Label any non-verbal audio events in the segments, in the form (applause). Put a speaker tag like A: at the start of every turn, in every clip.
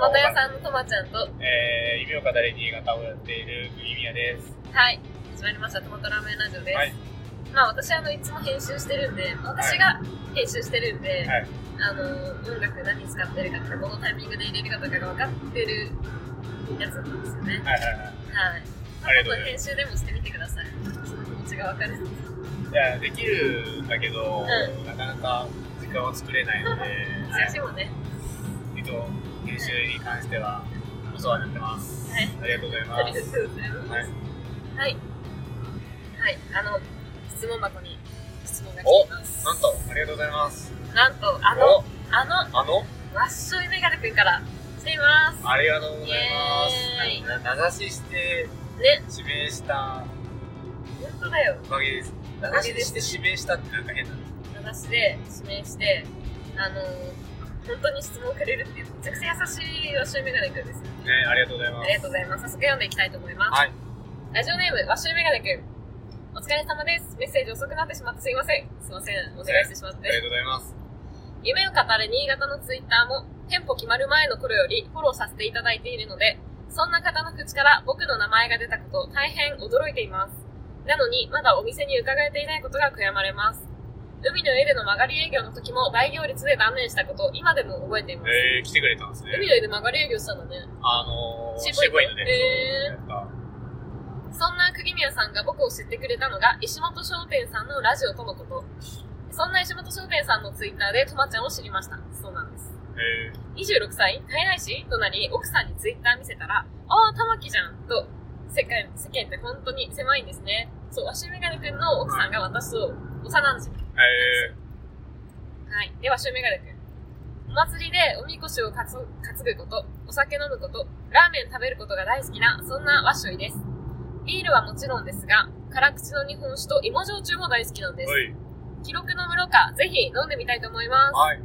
A: またやさんのとまちゃんと、
B: えー、夢を語り新潟をやっているグリミヤです。
A: はい、始まりました、トマトラーメンラジオです。
B: はい。
A: まあ私あの、いつも編集してるんで、私が編集してるんで、
B: はい
A: あの、音楽何使ってるかとか、どのタイミングで入れるかとかが分かってるやつなんですよね。
B: はいはいはい。
A: はい。
B: ありがとうございます
A: 編集でもしてみてください。その気持ちが分かる。
B: いや、できるんだけど、
A: う
B: なかなか時間は作れないので、は
A: 難しいもんね。
B: い。えっと、編集に関しては、お世話になってます。
A: はい。
B: ありがとうござい
A: あ
B: ま
A: りが
B: す。
A: とうございます。
B: はい。
A: はい。はい、あの、質問箱に質問が来ています。
B: なんと、ありがとうございます。
A: なんと、あの
B: お、
A: あの、
B: あの、
A: わっしょいメガネくんから来ています。
B: ありがとうござい
A: イエーイ
B: ます。なな名指しして
A: ね、
B: 指名した
A: 本当だよ。
B: おかげです。名指しして指名したってなんか変なの。
A: 私で指名して、あの本当に質問くれるっていう、めちゃくちゃ優しいわっしょいメガネくんですよ。
B: ね、ありがとうございま
A: あ
B: す。
A: りがとうございます。早速読んでいきたいと思います。
B: はい。
A: ラジオネーム、わっしょいメガネくん。お疲れ様です。メッセージ遅くなってしまってすいません。すいません。お願いしてしまっ
B: ありが
A: て。
B: とうございます。
A: 夢を語る新潟のツイッターも、店舗決まる前の頃よりフォローさせていただいているので、そんな方の口から僕の名前が出たこと、大変驚いています。なのに、まだお店に伺えていないことが悔やまれます。海の家での曲がり営業の時も大行列で断念したこと、今でも覚えています。
B: えー、来てくれたんですね。
A: 海の家で曲がり営業したんだね。
B: あのー、
A: シ
B: シ
A: ェ
B: ェ
A: イ
B: イ
A: ボ
B: ボ
A: イ
B: イ
A: ド
B: ド
A: で
B: で。
A: へそんな釘宮さんが僕を知ってくれたのが、石本商店さんのラジオとのこと。そんな石本商店さんのツイッターでとまちゃんを知りました。そうなんです。
B: え
A: 26歳体内市となり奥さんにツイッター見せたら「ああ玉木じゃん」と世界世間って本当に狭いんですねそうわしゅメガネくんの奥さんが私と幼馴染
B: ー、え
A: はいでわしゅメガネくんお祭りでおみこしを担ぐ担ぐことお酒飲むことラーメン食べることが大好きなそんなわっしょいですビールはもちろんですが辛口の日本酒と芋焼酎も大好きなんで
B: ー、
A: す
B: はい。
A: 記録の室かぜひ飲んでみたいと思います
B: はい。ぜ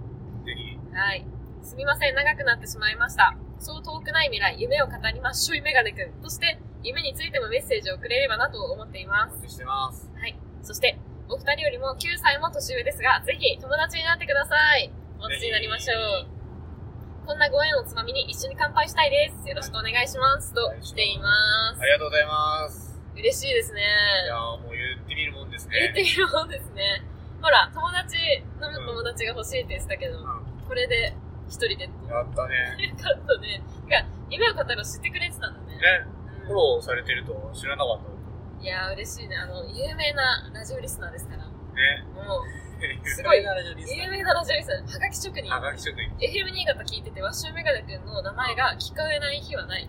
B: ひ。
A: はい。すみません、長くなってしまいました。そう遠くない未来、夢を語りましょいメガネくん。そして、夢についてもメッセージをくれればなと思っていま
B: お
A: す。
B: 待ちしてます。
A: はい。そして、お二人よりも9歳も年上ですが、ぜひ友達になってください。お待ちになりましょう。こんなご縁をつまみに一緒に乾杯したいです。よろしくお願いします。と
B: お願いします
A: 来ています
B: あ。りがとうございます。
A: 嬉しいですね。
B: いやー、もう言ってみるもんですね。
A: 言ってみるもんですね。ほら、友達、飲む友達が欲しいって言ってたけど、
B: う
A: これで一人で
B: んやった
A: (laughs)
B: ね。
A: よかったね。てか、夢を語るを知ってくれてたんだね。
B: ね、フォ
A: う
B: ローされてるとは知らなかった。
A: んいやー、嬉しいね。あの、有名なラジオリスナーですから。
B: ね。
A: もう、 (laughs) す
B: す
A: ごい
B: なラジオリス
A: 有名なラジオリスナー。はがき職人
B: ナー。。はがき職員。
A: FM 新潟聞いてて、ワッシュメガネ君の名前が聞かえない日はない。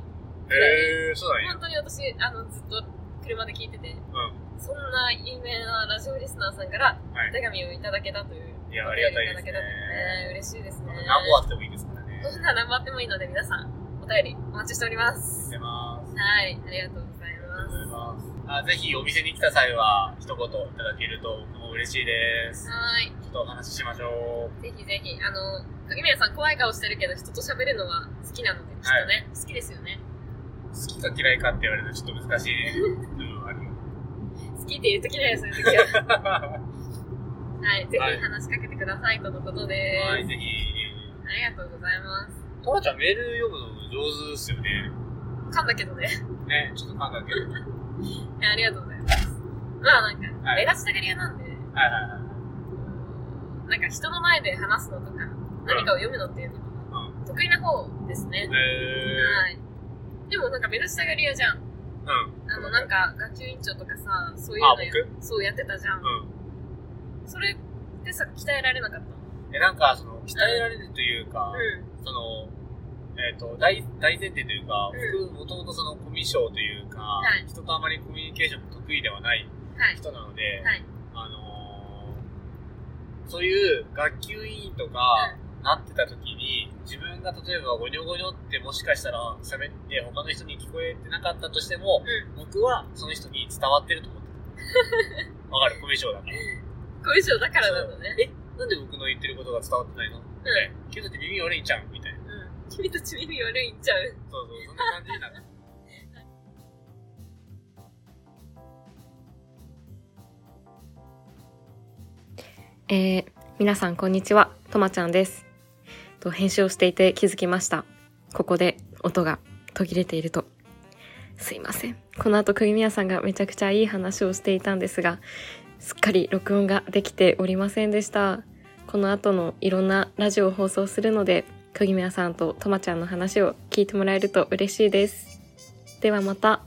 B: えー、そうだね
A: 本。当に私、あの、ずっと車で聞いてて、
B: う
A: そんな有名なラジオリスナーさんから
B: ん。は
A: お手紙をいただけたという。
B: い。いや、ありがたい
A: お
B: です
A: 便りをいただけた。
B: ね
A: というね。嬉しいですね。
B: 何個あってもいいですからね。
A: どんな頑張ってもいいので、皆さん、お便りお待ちしておりま
B: し
A: す。
B: てます。
A: はい、ありがとうござい
B: ありが
A: ま
B: とうござい
A: す。
B: ますあぜひお店に来た際は一言いただけると僕も嬉しいです。
A: はい。
B: ちょっとお話ししましょう。
A: ぜひぜひ、あの、影宮さん怖い顔してるけど、人と喋るのは好きなので、きっとね、好きですよね。
B: 好きか嫌いかって言われるとちょっと難しいね。
A: (laughs)
B: うん、あるよ。
A: 好きって言うときないです、そういう時は。
B: は
A: はい、ぜひ
B: はい
A: 話しかけてくださいとのことです。
B: い、ぜひ。
A: ありがとうございます。
B: トラちゃんメール読むの上手っすよね。
A: 噛んだけどね。
B: ね、ちょっと噛んだけど。はい
A: いやありがとうございます。まあなんか、
B: はい
A: 目立ちたがり屋なんで、
B: はいはい。
A: なんか人の前で話すのとか、何かを読むのっていうのが、得意な方ですね。
B: え
A: はい。でもなんか目立ちたがり屋じゃん。
B: ー、うん。
A: あの、なんか、学級委員長とかさ、そういう
B: あ、
A: のや、
B: 僕
A: そうやってたじゃん。
B: う
A: それってさ、鍛えられなかった
B: ん。え、なんか、その、鍛えられるというか、
A: う
B: その、えっ、と、大、大前提というか、
A: う
B: 僕、もともとその、コミュ障というか、
A: はい
B: 人とあまりコミュニケーション得意ではない
A: ん。はい。
B: 人なので、
A: はい。
B: あのーそういう学級委員とかなってた時に、自分が例えばゴニョゴニョってもしかしたら喋って他の人に聞こえてなかったとしても、
A: う
B: 僕はその人に伝わってると思ってた。わかるコミュ障だから。
A: ん。後遺症だからなんだね。
B: そうえ、なんで僕の言ってることが伝わってないのみたいな。君たち耳悪いんちゃうみたいな。
A: うん。君たち耳悪いんちゃう。
B: そうそう、そんな感じになって。
C: えー皆さんこんにちはとまちゃんですと編集をしていて気づきましたここで音が途切れていると。すいません。この後、くみみやさんがめちゃくちゃいい話をしていたんですが、すっかり録音ができておりませんでした。この後のいろんなラジオを放送するので、くぎみやさんととまちゃんの話を聞いてもらえると嬉しいです。ではまた。